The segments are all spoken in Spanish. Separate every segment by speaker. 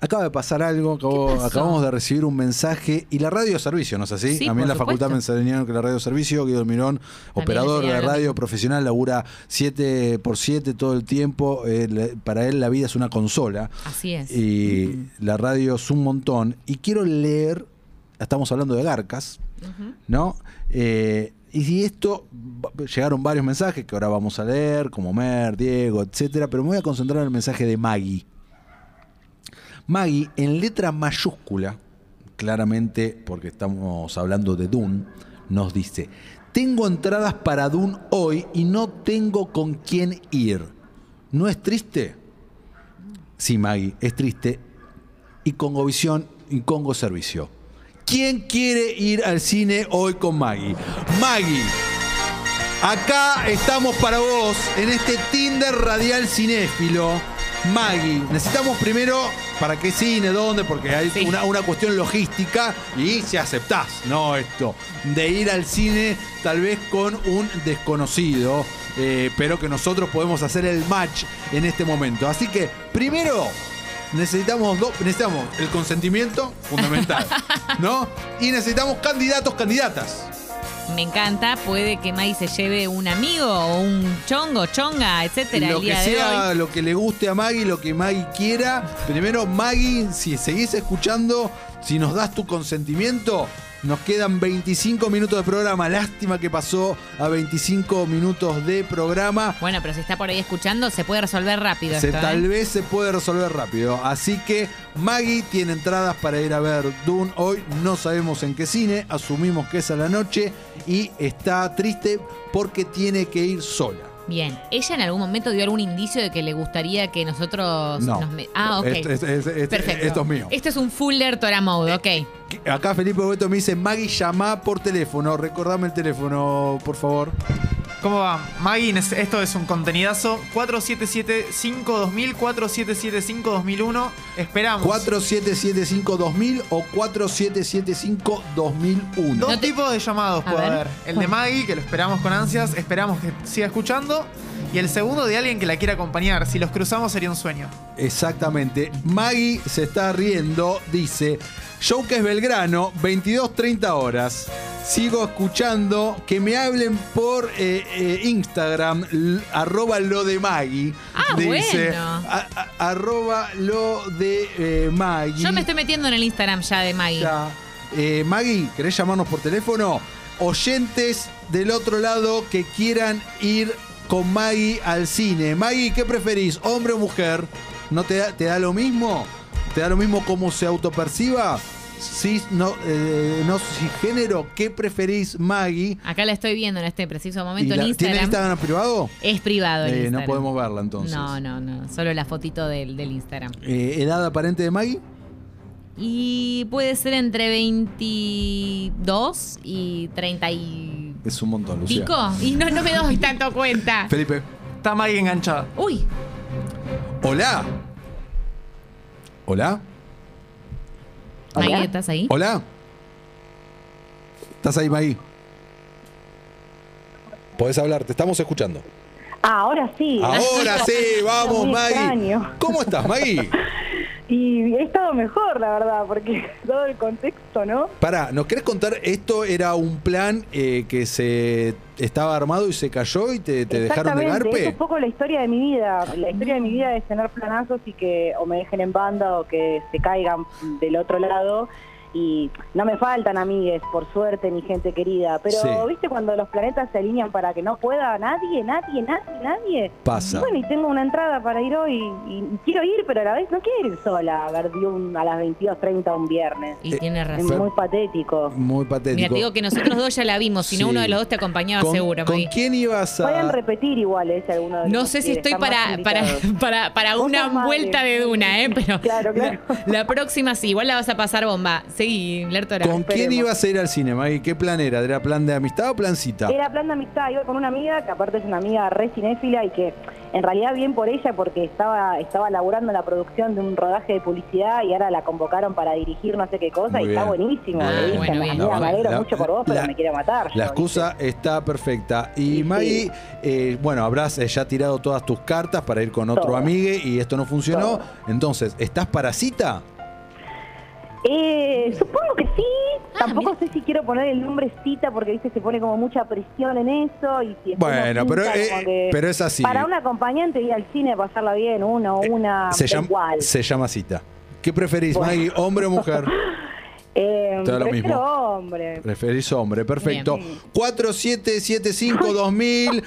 Speaker 1: Acaba de pasar algo, acabo-
Speaker 2: pasó?
Speaker 1: acabamos de recibir un mensaje y la radio servicio, ¿no es así?
Speaker 2: Sí,
Speaker 1: a mí en
Speaker 2: por
Speaker 1: la facultad
Speaker 2: supuesto.
Speaker 1: me enseñaron que la radio servicio, Guido Mirón,
Speaker 2: me
Speaker 1: operador de
Speaker 2: enseñaron lo
Speaker 1: radio
Speaker 2: mismo.
Speaker 1: profesional, labura 7 por 7 todo el tiempo. eh, le- para él la vida es una consola
Speaker 2: Así es.
Speaker 1: y la radio es un montón. Y quiero leer, estamos hablando de Garcas,
Speaker 2: Ujú.
Speaker 1: ¿no? Eh, y si esto, va- llegaron varios mensajes que ahora vamos a leer, como Mer, Diego, etcétera, pero me voy a concentrar en el mensaje de Maggie. Maggie, en letra mayúscula, claramente porque estamos hablando de Dune, nos dice: Tengo entradas para Dune hoy y no tengo con quién ir. ¿No es triste? Sí, Maggie, es triste. Y Congo Visión y Congo Servicio. ¿Quién quiere ir al cine hoy con Maggie? Maggie, acá estamos para vos en este Tinder radial cinéfilo. Maggie, necesitamos primero para qué cine, dónde, porque hay
Speaker 2: Sí.
Speaker 1: una, una cuestión logística y si aceptás, no esto, de ir al cine tal vez con un desconocido, eh, pero que nosotros podemos hacer el match en este momento. Así que primero necesitamos dos, necesitamos el consentimiento fundamental, ¿no? Y necesitamos candidatos, candidatas.
Speaker 2: Me encanta, puede que Maggie se lleve un amigo o un chongo, chonga, etcétera
Speaker 1: lo
Speaker 2: el
Speaker 1: que
Speaker 2: día de
Speaker 1: sea,
Speaker 2: hoy.
Speaker 1: lo que le guste a Maggie, lo que Maggie quiera. Primero, Maggie, si seguís escuchando, si nos das tu consentimiento, nos quedan 25 minutos de programa. Lástima que pasó a 25 minutos de programa.
Speaker 2: Bueno, pero si está por ahí escuchando, se puede resolver rápido
Speaker 1: Se-
Speaker 2: esto. ¿eh?
Speaker 1: tal vez se puede resolver rápido. Así que Maggie tiene entradas para ir a ver Dune hoy. No sabemos en qué cine, asumimos que es a la noche y está triste porque tiene que ir sola.
Speaker 2: Bien. ¿Ella en algún momento dio algún indicio de que le gustaría que nosotros
Speaker 1: No.
Speaker 2: nos me- Ah, ok.
Speaker 1: Este- este- este- este-
Speaker 2: Perfecto.
Speaker 1: Esto es mío.
Speaker 2: Esto es un fuller Tora Mode, ok.
Speaker 1: Acá Felipe Bobeto me dice, Maggie, llamá por teléfono. Recordame el teléfono, por favor.
Speaker 3: ¿Cómo va? Maggie, nes- esto es un contenidazo. 4775-2000, 4775-2001. Esperamos.
Speaker 1: 4775-2000 o 4775-2001.
Speaker 3: Dos
Speaker 2: No te-
Speaker 3: tipos de llamados
Speaker 2: A
Speaker 3: puede
Speaker 2: ver.
Speaker 3: haber. El de
Speaker 2: ¿Cuál?
Speaker 3: Maggie, que lo esperamos con ansias, esperamos que siga escuchando. Y el segundo de alguien que la quiera acompañar. Si los cruzamos sería un sueño.
Speaker 1: Exactamente. Maggie se está riendo, dice, show que es Belgrano, 22.30 horas. Sigo escuchando que me hablen por eh, eh, Instagram, l- arroba lo de Maggie.
Speaker 2: Ah,
Speaker 1: dice,
Speaker 2: bueno.
Speaker 1: a- a- arroba lo de eh, Maggie.
Speaker 2: Yo me estoy metiendo en el Instagram ya de Maggie.
Speaker 1: Ya. Eh, Maggie, ¿querés llamarnos por teléfono? Oyentes del otro lado que quieran ir con Maggie al cine. Maggie, ¿qué preferís? ¿Hombre o mujer? ¿No te da, te da lo mismo? ¿Te da lo mismo cómo se autoperciba? ¿Sí, no, eh, no género? ¿Qué preferís, Maggie?
Speaker 2: Acá la estoy viendo en este preciso
Speaker 1: Y
Speaker 2: momento
Speaker 1: la-
Speaker 2: en
Speaker 1: ¿Tiene
Speaker 2: Instagram.
Speaker 1: Instagram privado?
Speaker 2: Es privado el
Speaker 1: Eh, no
Speaker 2: Instagram.
Speaker 1: podemos verla entonces.
Speaker 2: No, no, no. Solo la fotito del, del Instagram.
Speaker 1: Eh, ¿Edad aparente de Maggie?
Speaker 2: Y puede ser entre 22 y 30 y
Speaker 1: Es un montón, Lucía.
Speaker 2: pico. Y no, no me doy tanto cuenta.
Speaker 1: Felipe.
Speaker 3: Está Maggie enganchada.
Speaker 2: Uy,
Speaker 1: Hola. Hola.
Speaker 2: Maggie,
Speaker 4: Hola.
Speaker 2: ¿estás ahí?
Speaker 1: Hola. ¿Estás ahí, Magui? Podés hablar, te estamos escuchando.
Speaker 4: Ah, ahora sí.
Speaker 1: Ahora sí, vamos,
Speaker 4: Muy
Speaker 1: Magui.
Speaker 4: extraño.
Speaker 1: ¿Cómo estás, Magui?
Speaker 4: Y he estado mejor, la verdad, porque todo el contexto, ¿no?
Speaker 1: Pará, ¿nos querés contar? Esto era un plan eh, que se estaba armado y se cayó y te, te dejaron de
Speaker 4: Exactamente, esa
Speaker 1: garpe.
Speaker 4: es un poco la historia de mi vida. La historia de mi vida es tener planazos y que o me dejen en banda o que se caigan del otro lado. Y no me faltan amigues, por suerte, ni gente querida. Pero,
Speaker 1: Sí.
Speaker 4: ¿viste? Cuando los planetas se alinean para que no pueda nadie, nadie, nadie, nadie.
Speaker 1: Pasa.
Speaker 4: Y bueno, y tengo una entrada para ir hoy. Y, y quiero ir, pero a la vez no quiero ir sola a ver Dune a las 22.30 un viernes.
Speaker 2: Y
Speaker 1: Eh,
Speaker 2: tiene
Speaker 4: Es
Speaker 2: razón.
Speaker 4: muy patético.
Speaker 1: Muy
Speaker 2: Mira,
Speaker 1: patético.
Speaker 2: te digo que nosotros dos ya la vimos, si no
Speaker 1: Sí.
Speaker 2: uno de los dos te acompañaba
Speaker 1: ¿Con,
Speaker 2: seguro,
Speaker 1: ¿con
Speaker 2: Magui.
Speaker 1: quién ibas
Speaker 4: Pueden
Speaker 1: a...?
Speaker 4: repetir igual ese alguno de
Speaker 2: No
Speaker 4: los
Speaker 2: sé si
Speaker 4: pibes,
Speaker 2: estoy
Speaker 4: están más
Speaker 2: para, para,
Speaker 4: invitados.
Speaker 2: para, para
Speaker 4: Vos
Speaker 2: una
Speaker 4: sos madre.
Speaker 2: vuelta de duna, ¿eh? Pero
Speaker 4: Claro, claro.
Speaker 2: La, la próxima sí, igual la vas a pasar bomba. Seguí, Lertora.
Speaker 1: ¿Con quién
Speaker 4: Esperemos.
Speaker 1: ibas a ir al cine, Magui? ¿Qué plan era? ¿Era plan de amistad o plan cita?
Speaker 4: Era plan de amistad, iba con una amiga que aparte es una amiga re cinéfila y que en realidad bien por ella porque estaba, estaba laburando en la producción de un rodaje de publicidad y ahora la convocaron para dirigir no sé qué cosa
Speaker 1: Muy
Speaker 4: y está
Speaker 1: bien.
Speaker 4: buenísimo.
Speaker 2: Ah,
Speaker 4: Le dije,
Speaker 2: bueno,
Speaker 4: "Ana,
Speaker 2: bien.
Speaker 4: mira,
Speaker 1: La-
Speaker 4: me alegro
Speaker 1: la-
Speaker 4: mucho por vos, pero
Speaker 1: la-
Speaker 4: me quiere matar.
Speaker 1: La
Speaker 4: yo,
Speaker 1: excusa está perfecta. Y
Speaker 4: Sí,
Speaker 1: Maggie,
Speaker 4: sí.
Speaker 1: eh, bueno, habrás eh, ya tirado todas tus cartas para ir con otro
Speaker 4: Todas.
Speaker 1: amigue y esto no funcionó.
Speaker 4: Todas.
Speaker 1: Entonces, ¿estás para cita?
Speaker 4: Eh, supongo que sí.
Speaker 2: Ah,
Speaker 4: Tampoco
Speaker 2: mira.
Speaker 4: sé si quiero poner el nombre cita porque viste se pone como mucha presión en eso y si después
Speaker 1: Bueno,
Speaker 4: no
Speaker 1: pero,
Speaker 4: pinta,
Speaker 1: eh,
Speaker 4: como que-
Speaker 1: pero es así.
Speaker 4: para un acompañante ir al cine pasarla bien uno o una
Speaker 1: se,
Speaker 4: da
Speaker 1: llama,
Speaker 4: Ah, igual.
Speaker 1: se llama cita. ¿Qué preferís,
Speaker 4: Bueno.
Speaker 1: Maggie, hombre o mujer?
Speaker 4: Eh,
Speaker 1: Te da lo
Speaker 4: prefiero
Speaker 1: mismo.
Speaker 4: hombre.
Speaker 1: Preferís hombre, perfecto.
Speaker 4: Bien.
Speaker 1: 4775-2000,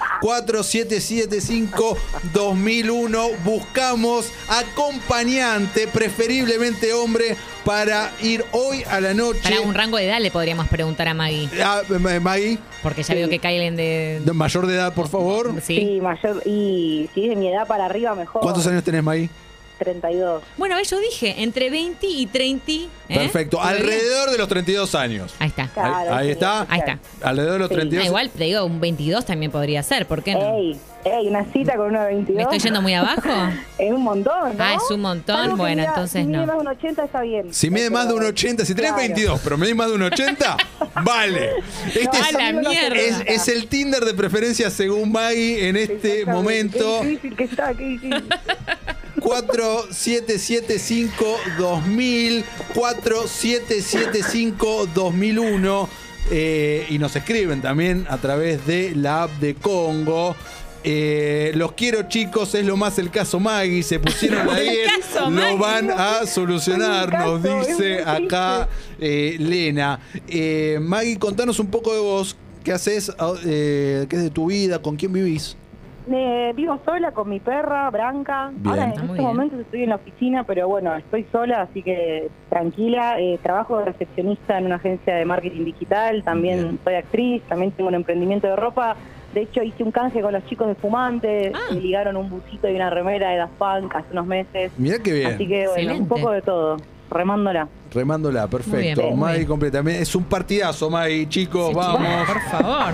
Speaker 1: 4775-2001. Buscamos acompañante, preferiblemente hombre, para ir hoy a la noche.
Speaker 2: Para un rango de edad le podríamos preguntar a Maggie.
Speaker 1: Ah, Ma- Maggie,
Speaker 2: Porque ya veo que cae alguien de.
Speaker 1: de mayor de edad, por favor.
Speaker 2: Sí.
Speaker 4: Sí, mayor y si es de mi edad para arriba mejor.
Speaker 1: ¿Cuántos años tenés, Maggie?
Speaker 4: 32.
Speaker 2: Bueno, yo dije, entre 20 y 30. ¿eh?
Speaker 1: Perfecto.
Speaker 2: Muy bien.
Speaker 1: Alrededor de los 32 años.
Speaker 2: Ahí está.
Speaker 4: Claro,
Speaker 1: Ahí- ahí
Speaker 4: sí,
Speaker 1: está.
Speaker 2: Ahí está.
Speaker 1: Alrededor de los
Speaker 4: Sí.
Speaker 2: Ah,
Speaker 1: 32.
Speaker 2: igual te digo, un 22 también podría ser, ¿por qué no?
Speaker 4: Ey, ey, una cita con una 22.
Speaker 2: ¿Me estoy yendo muy abajo?
Speaker 4: Es un montón, ¿no?
Speaker 2: Ah, es un montón,
Speaker 4: Salvo que
Speaker 2: bueno,
Speaker 4: mida-
Speaker 2: entonces
Speaker 4: si mide
Speaker 2: no.
Speaker 4: más de un 80 está bien.
Speaker 1: Si mide más de un 80, si tenés
Speaker 4: Claro.
Speaker 1: 22, pero mide más de un 80, vale. Este
Speaker 2: No,
Speaker 1: es,
Speaker 2: a la
Speaker 4: amigo, no
Speaker 2: mierda.
Speaker 4: se
Speaker 1: es-
Speaker 4: trata.
Speaker 1: es el Tinder de preferencia según Maggie en este
Speaker 4: Exactamente.
Speaker 1: momento.
Speaker 4: Qué difícil que está, qué difícil.
Speaker 1: 4775-2000, 4775-2001. eh, y nos escriben también a través de la app de Congo. Eh, los quiero chicos, es lo más el caso Maggie, se pusieron la 10,
Speaker 2: caso
Speaker 1: lo
Speaker 2: Maggie.
Speaker 1: van a solucionar, nos
Speaker 4: Es un caso,
Speaker 1: dice
Speaker 4: es muy
Speaker 1: acá eh, Lena. Eh, Maggie, contanos un poco de vos, qué haces, Ah, eh, qué es de tu vida, con quién vivís.
Speaker 4: Eh, vivo sola con mi perra, Branca.
Speaker 1: Bien.
Speaker 4: Ahora en
Speaker 2: Ah, muy
Speaker 4: estos
Speaker 2: bien.
Speaker 4: momentos estoy en la oficina, pero bueno, estoy sola, así que tranquila. Eh, trabajo de recepcionista en una agencia de marketing digital, también
Speaker 1: Bien.
Speaker 4: soy actriz, también tengo un emprendimiento de ropa. De hecho, hice un canje con los chicos de Fumante,
Speaker 2: Ah.
Speaker 4: me ligaron un busito y una remera de Daft Punk hace unos meses.
Speaker 1: Mirá qué bien.
Speaker 4: Así que bueno,
Speaker 2: Excelente.
Speaker 4: un poco de todo, remándola.
Speaker 1: Remándola, perfecto.
Speaker 2: Muy bien, muy
Speaker 1: Maggie
Speaker 2: bien.
Speaker 1: completamente. Es un partidazo, Maggie, chicos,
Speaker 2: Sí,
Speaker 1: vamos.
Speaker 2: chicos, Por favor.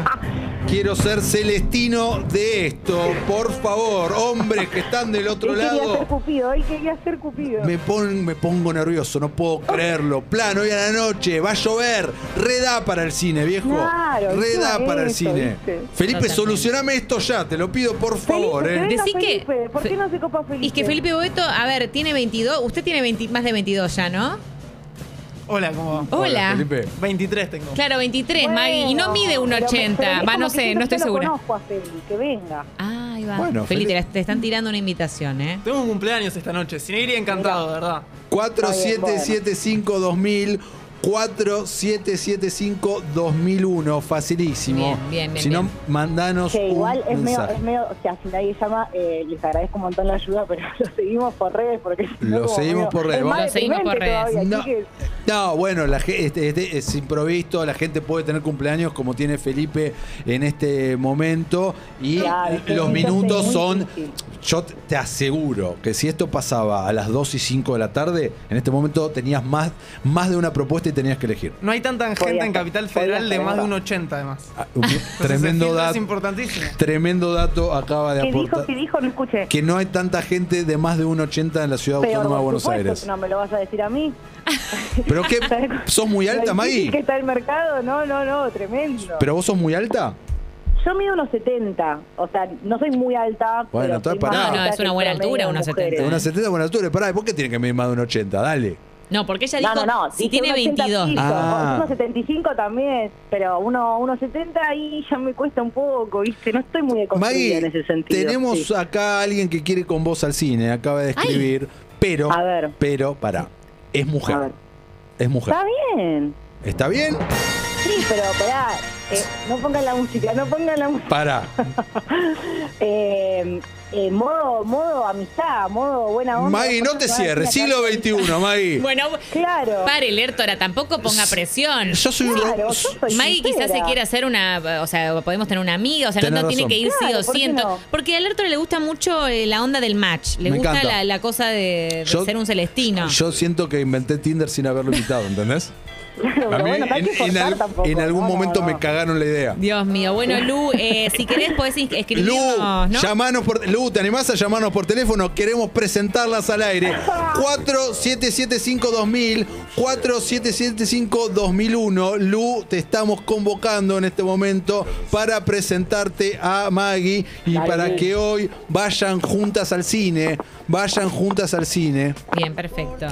Speaker 1: Quiero ser celestino de esto. Por favor, hombres que están del otro
Speaker 4: él quería ser
Speaker 1: lado.
Speaker 4: Cupido, él quería ser Cupido.
Speaker 1: Me, pon- me pongo nervioso, no puedo creerlo. Plan, hoy a la noche, va a llover. Reda para el cine, viejo.
Speaker 4: Claro,
Speaker 1: Reda
Speaker 4: encima
Speaker 1: para el
Speaker 4: eso,
Speaker 1: cine.
Speaker 4: ¿viste?
Speaker 1: Felipe,
Speaker 2: Totalmente.
Speaker 1: solucioname esto ya, te lo pido por favor. eh.
Speaker 4: Felipe, venga
Speaker 2: Decí que-
Speaker 4: Felipe, ¿Por qué no se copa Felipe?
Speaker 2: Y es que Felipe Boeto, a ver, tiene 22. Usted tiene 20 más de 22 ya, ¿no?
Speaker 3: Hola, ¿cómo va?
Speaker 2: Hola.
Speaker 1: Felipe.
Speaker 3: 23 tengo.
Speaker 2: Claro, 23, Maggie. Y no mide
Speaker 4: un
Speaker 2: 1,80. Va, no sé, no estoy segura.
Speaker 4: conozco a Feli, que venga.
Speaker 2: Ah, ahí va.
Speaker 1: Bueno,
Speaker 2: Feli,
Speaker 1: Feli-
Speaker 2: te, la- te están tirando una invitación, ¿eh?
Speaker 3: Tengo un cumpleaños esta noche. Sin iría encantado, de verdad.
Speaker 1: 4775-2000, 4775-2001, facilísimo.
Speaker 2: Bien, bien, bien,
Speaker 1: si no,
Speaker 2: bien.
Speaker 1: mandanos
Speaker 4: Que igual
Speaker 1: un
Speaker 4: es medio,
Speaker 1: mensaje.
Speaker 4: es medio, o sea, si nadie llama, eh, les agradezco un montón la ayuda, pero lo seguimos por redes porque... si no,
Speaker 1: Lo
Speaker 4: como
Speaker 1: seguimos
Speaker 4: medio-
Speaker 1: por redes,
Speaker 4: es más
Speaker 2: vamos. Lo seguimos por
Speaker 4: deprimente
Speaker 2: redes.
Speaker 4: todavía,
Speaker 1: No,
Speaker 4: así que-
Speaker 1: no, bueno, la ge- este- este es improvisto, la gente puede tener cumpleaños como tiene Felipe en este momento y
Speaker 4: Claro, es que
Speaker 1: los
Speaker 4: es
Speaker 1: minutos
Speaker 4: muy
Speaker 1: son,
Speaker 4: difícil.
Speaker 1: yo te te aseguro que si esto pasaba a las 2 y 5 de la tarde, en este momento tenías más, más de una propuesta y tenías que elegir.
Speaker 3: No hay tanta gente
Speaker 4: Podría
Speaker 3: en
Speaker 4: ser,
Speaker 3: Capital
Speaker 4: podría
Speaker 3: Federal de
Speaker 4: ser,
Speaker 3: más de
Speaker 4: ¿verdad?
Speaker 3: un 80, además.
Speaker 1: Ah, un-
Speaker 3: Entonces, el
Speaker 1: tremendo
Speaker 3: filtro Es
Speaker 1: dato.
Speaker 3: importantísimo.
Speaker 1: Tremendo dato acaba de
Speaker 4: ¿Qué dijo?
Speaker 1: aportar.
Speaker 4: ¿Qué dijo? No escuché.
Speaker 1: Que no hay tanta gente de más de 1,80 en la ciudad
Speaker 4: Pero,
Speaker 1: autónoma de
Speaker 4: por
Speaker 1: Buenos
Speaker 4: supuesto
Speaker 1: Aires.
Speaker 4: que No me lo vas a decir a mí.
Speaker 1: Pero que
Speaker 4: ¿Sabés
Speaker 1: sos muy
Speaker 4: lo
Speaker 1: alta,
Speaker 4: difícil que
Speaker 1: Maggie.
Speaker 4: está el mercado? No, no, no, tremendo.
Speaker 1: Pero vos sos muy alta.
Speaker 4: Yo mido unos 70, o sea, no soy muy alta.
Speaker 1: Bueno,
Speaker 4: pero
Speaker 1: entonces
Speaker 4: soy
Speaker 1: pará.
Speaker 4: más
Speaker 1: No, no,
Speaker 4: alta
Speaker 2: es
Speaker 4: que
Speaker 2: una
Speaker 4: el
Speaker 2: buena
Speaker 4: promedio
Speaker 2: altura,
Speaker 4: de
Speaker 2: unos
Speaker 4: mujeres.
Speaker 2: 70.
Speaker 1: Una 70 buena altura, pará, ¿y ¿por qué tiene que medir más de 1,80? Dale.
Speaker 2: No, porque ella dijo
Speaker 4: No, no, no.
Speaker 2: si
Speaker 4: dije
Speaker 2: tiene
Speaker 4: 1,80
Speaker 2: 22.
Speaker 4: pico,
Speaker 1: Ah.
Speaker 4: Unos 75 también, pero uno, unos 70 ahí ya me cuesta un poco, ¿viste? No estoy muy deconstruida en
Speaker 1: Maggie,
Speaker 4: ese sentido.
Speaker 1: tenemos
Speaker 4: sí.
Speaker 1: acá a alguien que quiere ir con vos al cine, acaba de escribir, pero,
Speaker 4: A ver.
Speaker 1: pero, pará, es
Speaker 4: A ver.
Speaker 1: mujer, es mujer.
Speaker 4: Está bien.
Speaker 1: ¿Está bien?
Speaker 4: Sí, pero pará. eh, no pongan la música, no pongan la música.
Speaker 1: Pará.
Speaker 4: Eh, eh, modo, modo amistad, modo buena onda.
Speaker 1: Maggie, no te
Speaker 4: Después
Speaker 1: cierres,
Speaker 4: van a
Speaker 1: siglo
Speaker 4: decir
Speaker 1: XXI, Maggie.
Speaker 2: Bueno,
Speaker 4: acá- Claro.
Speaker 2: pare, Lertora, tampoco ponga presión.
Speaker 1: Yo soy un...
Speaker 4: Claro, yo
Speaker 1: s-
Speaker 4: soy
Speaker 2: Maggie quizás se
Speaker 4: sincera.
Speaker 2: quiera hacer una, o sea, podemos tener una amiga, o sea, no,
Speaker 1: Tenés
Speaker 2: no tiene
Speaker 1: razón.
Speaker 2: que ir sí o
Speaker 4: Claro, ¿por qué
Speaker 2: ciento.
Speaker 4: no?
Speaker 2: Porque a Lertora le gusta mucho eh, la onda del match, le
Speaker 1: Me
Speaker 2: gusta
Speaker 1: encanta.
Speaker 2: la, la cosa de, de
Speaker 1: Yo-
Speaker 2: ser un celestino.
Speaker 1: Yo siento que inventé Tinder sin haberlo invitado, ¿entendés? A
Speaker 4: Claro, pero
Speaker 1: mí
Speaker 4: bueno, no hay
Speaker 1: en,
Speaker 4: que
Speaker 1: en
Speaker 4: forzar
Speaker 1: al-
Speaker 4: tampoco,
Speaker 1: en algún
Speaker 4: no, no,
Speaker 1: momento
Speaker 4: no.
Speaker 1: me cagaron la idea.
Speaker 2: Dios mío. Bueno, Lu, eh, si querés podés in-
Speaker 1: Lu,
Speaker 2: escribirnos, ¿no?
Speaker 1: llamanos por, Lu, ¿te animás a llamarnos por teléfono? Queremos presentarlas al aire. 4775-2000, 4775-2001. Lu, te estamos convocando en este momento para presentarte a Maggie y
Speaker 4: Dale.
Speaker 1: para que hoy vayan juntas al cine. Vayan juntas al cine.
Speaker 2: Bien, perfecto.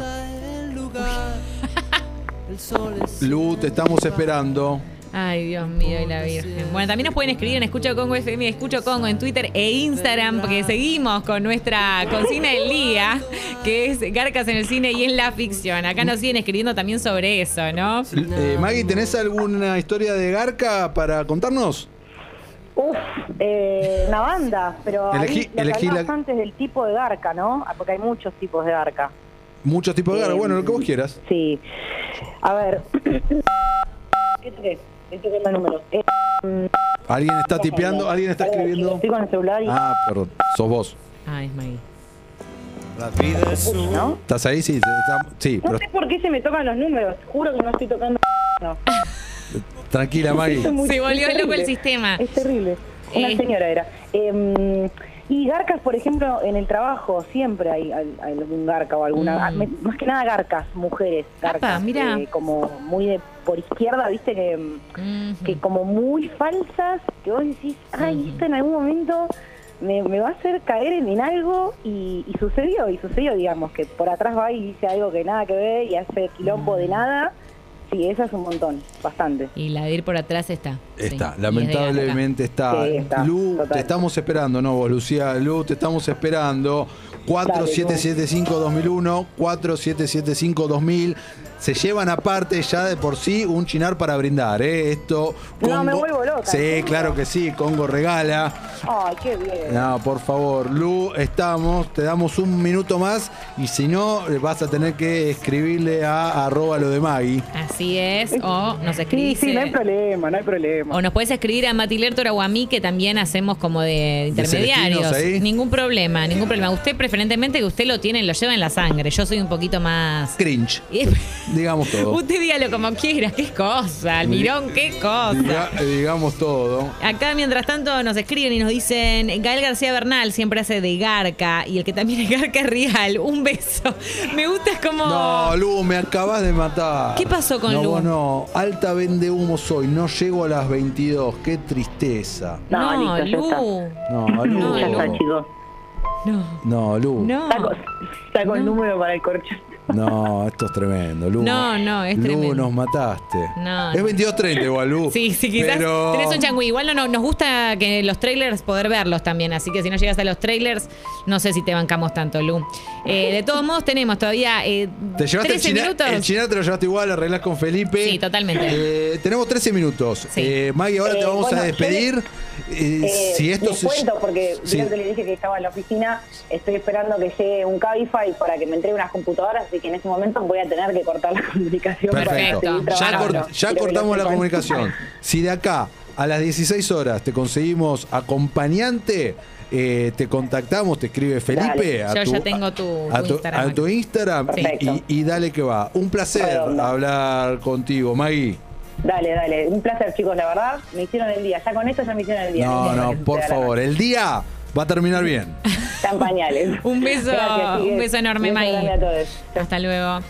Speaker 1: Lu, te estamos esperando.
Speaker 2: Ay, Dios mío y la Virgen. Bueno, también nos pueden escribir en Escucho Congo FM, Escucho Congo en Twitter e Instagram, porque seguimos con nuestra consigna del día, que es Garcas en el cine y en la ficción. Acá nos siguen escribiendo también sobre eso, ¿no?
Speaker 1: Eh, Maggie, ¿tenés alguna historia de Garca para contarnos?
Speaker 4: Uf, eh, una banda, pero ahí
Speaker 1: Elegí-
Speaker 4: lo que
Speaker 1: elegí
Speaker 4: hablabas
Speaker 1: la-
Speaker 4: antes del tipo de garca, ¿no? Ah, Porque hay muchos tipos de garca.
Speaker 1: Muchos tipos de Garca. Bueno, lo que vos quieras.
Speaker 4: Sí. A ver. ¿Qué toqué? Estoy tocando números. Eh,
Speaker 1: Alguien está tipeando, alguien está
Speaker 4: perdón,
Speaker 1: escribiendo.
Speaker 4: Estoy con el celular y...
Speaker 1: Ah, perdón, sos vos.
Speaker 2: Ay, es Maggie.
Speaker 4: ¿no?
Speaker 1: ¿Estás ahí? Sí, está- sí
Speaker 4: No
Speaker 1: pero
Speaker 4: sé por qué se me tocan los números. Juro que no estoy tocando... No.
Speaker 1: tranquila, Maggie.
Speaker 2: Se volvió
Speaker 4: es
Speaker 2: loco el
Speaker 4: terrible.
Speaker 2: sistema.
Speaker 4: Es terrible. Una
Speaker 2: Eh.
Speaker 4: señora era. Em, y garcas, por ejemplo, en el trabajo siempre hay, al- algún garca o alguna...
Speaker 2: Mm.
Speaker 4: ah, me- Más que nada garcas, mujeres.
Speaker 2: Apa,
Speaker 4: Garcas,
Speaker 2: mirá.
Speaker 4: eh, como muy de, por izquierda, viste que... mm,
Speaker 2: Ujú.
Speaker 4: que como muy falsas, que vos decís,
Speaker 2: Mm.
Speaker 4: ay, esto en algún momento me, me va a hacer caer en, en algo, y, y sucedió, y sucedió, digamos, que por atrás va y dice algo que nada que ver y hace quilombo
Speaker 2: Mm.
Speaker 4: de nada. Sí, esa es un montón, bastante.
Speaker 2: Y la de ir por atrás está. Sí. Y
Speaker 1: Está,
Speaker 2: es de
Speaker 1: lamentablemente está.
Speaker 4: Sí, está,
Speaker 1: Lu,
Speaker 4: total.
Speaker 1: te estamos esperando, no vos, Lucía. Lu, te estamos esperando. 4775-2001, 4775-2000. Se llevan aparte ya de por sí un chinar para brindar, ¿eh? Esto.
Speaker 4: No, me vuelvo loca.
Speaker 1: Sí, claro que sí, Congo regala.
Speaker 4: Ay, qué bien.
Speaker 1: No, por favor, Lu, estamos, te damos un minuto más y si no, eh, vas a tener que escribirle a arroba lo de Maggie.
Speaker 2: Gaga. Así es. O nos
Speaker 4: Sí,
Speaker 2: escribís.
Speaker 4: sí, no hay
Speaker 2: eh,
Speaker 4: problema, no hay problema.
Speaker 2: O nos puedes escribir a Matilertor o a mí, que también hacemos como de intermediarios.
Speaker 1: celestinos ahí.
Speaker 2: Ningún problema, ningún problema. Usted preferentemente que usted lo tiene, lo lleva en la sangre. Yo soy un poquito más...
Speaker 1: Cringe, digamos todo.
Speaker 2: usted dígalo como quiera, qué cosa, almirón, qué cosa.
Speaker 1: Diga- eh, digamos todo.
Speaker 2: Acá, mientras tanto, nos escriben y nos dicen, Gael García Bernal siempre hace de Garca, y el que también es Garca es Rial. Un beso. Me gusta es como...
Speaker 1: No, Lu, me acabas de matar.
Speaker 2: ¿Qué pasó con
Speaker 1: no,
Speaker 2: Lu?
Speaker 1: vos no, alta vende humo soy, no llego a las 22, qué tristeza.
Speaker 4: No,
Speaker 2: No,
Speaker 4: listo, ya
Speaker 2: Lu.
Speaker 1: No, Lu.
Speaker 2: No,
Speaker 4: Ya está,
Speaker 2: Lu.
Speaker 4: chicos.
Speaker 2: No,
Speaker 1: No, Lu.
Speaker 2: no.
Speaker 4: Saco, saco el
Speaker 2: No.
Speaker 4: número para el corcho.
Speaker 1: No, esto es tremendo, Lu.
Speaker 2: No, no, es
Speaker 1: Lu,
Speaker 2: tremendo.
Speaker 1: nos mataste.
Speaker 2: No,
Speaker 1: Es
Speaker 2: no.
Speaker 1: 22.30 igual, Lu.
Speaker 2: Sí, sí, quizás
Speaker 1: Pero...
Speaker 2: tenés un changüí. Igual no, no- nos gusta que los trailers poder verlos también, así que si no llegas a los trailers, no sé si te bancamos tanto, Lu. Eh, de todos modos, tenemos todavía eh,
Speaker 1: Te llevaste el
Speaker 2: 13
Speaker 1: chiná,
Speaker 2: minutos.
Speaker 1: el chiná te lo llevaste igual, arreglás con Felipe.
Speaker 2: Sí, totalmente.
Speaker 1: Eh, tenemos 13 minutos.
Speaker 2: Sí.
Speaker 1: Eh, Maggie, ahora
Speaker 4: Eh,
Speaker 1: te vamos
Speaker 4: bueno,
Speaker 1: a despedir. Eh,
Speaker 4: Eh,
Speaker 1: si esto
Speaker 4: les
Speaker 1: se-
Speaker 4: cuento porque
Speaker 1: Sí.
Speaker 4: vieron que les dije que estaba en la oficina, estoy esperando que llegue un Cabify para que me entregue unas computadoras, así que en ese momento voy a tener que cortar la comunicación. para
Speaker 1: Perfecto.
Speaker 4: seguir
Speaker 2: Perfecto.
Speaker 1: Ya,
Speaker 4: trabajando.
Speaker 1: cort- ya
Speaker 4: Quiero que lo
Speaker 1: cortamos la
Speaker 4: sepan.
Speaker 1: comunicación. Si de acá a las 16 horas te conseguimos acompañante, eh, te contactamos, te escribe Felipe. a
Speaker 2: Yo ya tengo tu-
Speaker 1: a
Speaker 2: tu Instagram
Speaker 1: a
Speaker 2: aquí.
Speaker 1: tu Instagram y-
Speaker 4: Perfecto.
Speaker 1: y, y dale que va. Un placer
Speaker 4: Redondo.
Speaker 1: hablar contigo, Maggie.
Speaker 4: Dale, dale, un placer chicos, la verdad, me hicieron el día, ya con esto ya me hicieron el día.
Speaker 1: No,
Speaker 4: Gracias
Speaker 1: no,
Speaker 4: que se
Speaker 1: por
Speaker 4: te da la
Speaker 1: favor.
Speaker 4: mano.
Speaker 1: El día va a terminar bien.
Speaker 4: Están pañales.
Speaker 2: Un beso,
Speaker 4: Gracias,
Speaker 2: un
Speaker 4: Miguel.
Speaker 2: beso enorme,
Speaker 4: Beso
Speaker 2: Maggie.
Speaker 4: grande a todos.
Speaker 2: Hasta luego.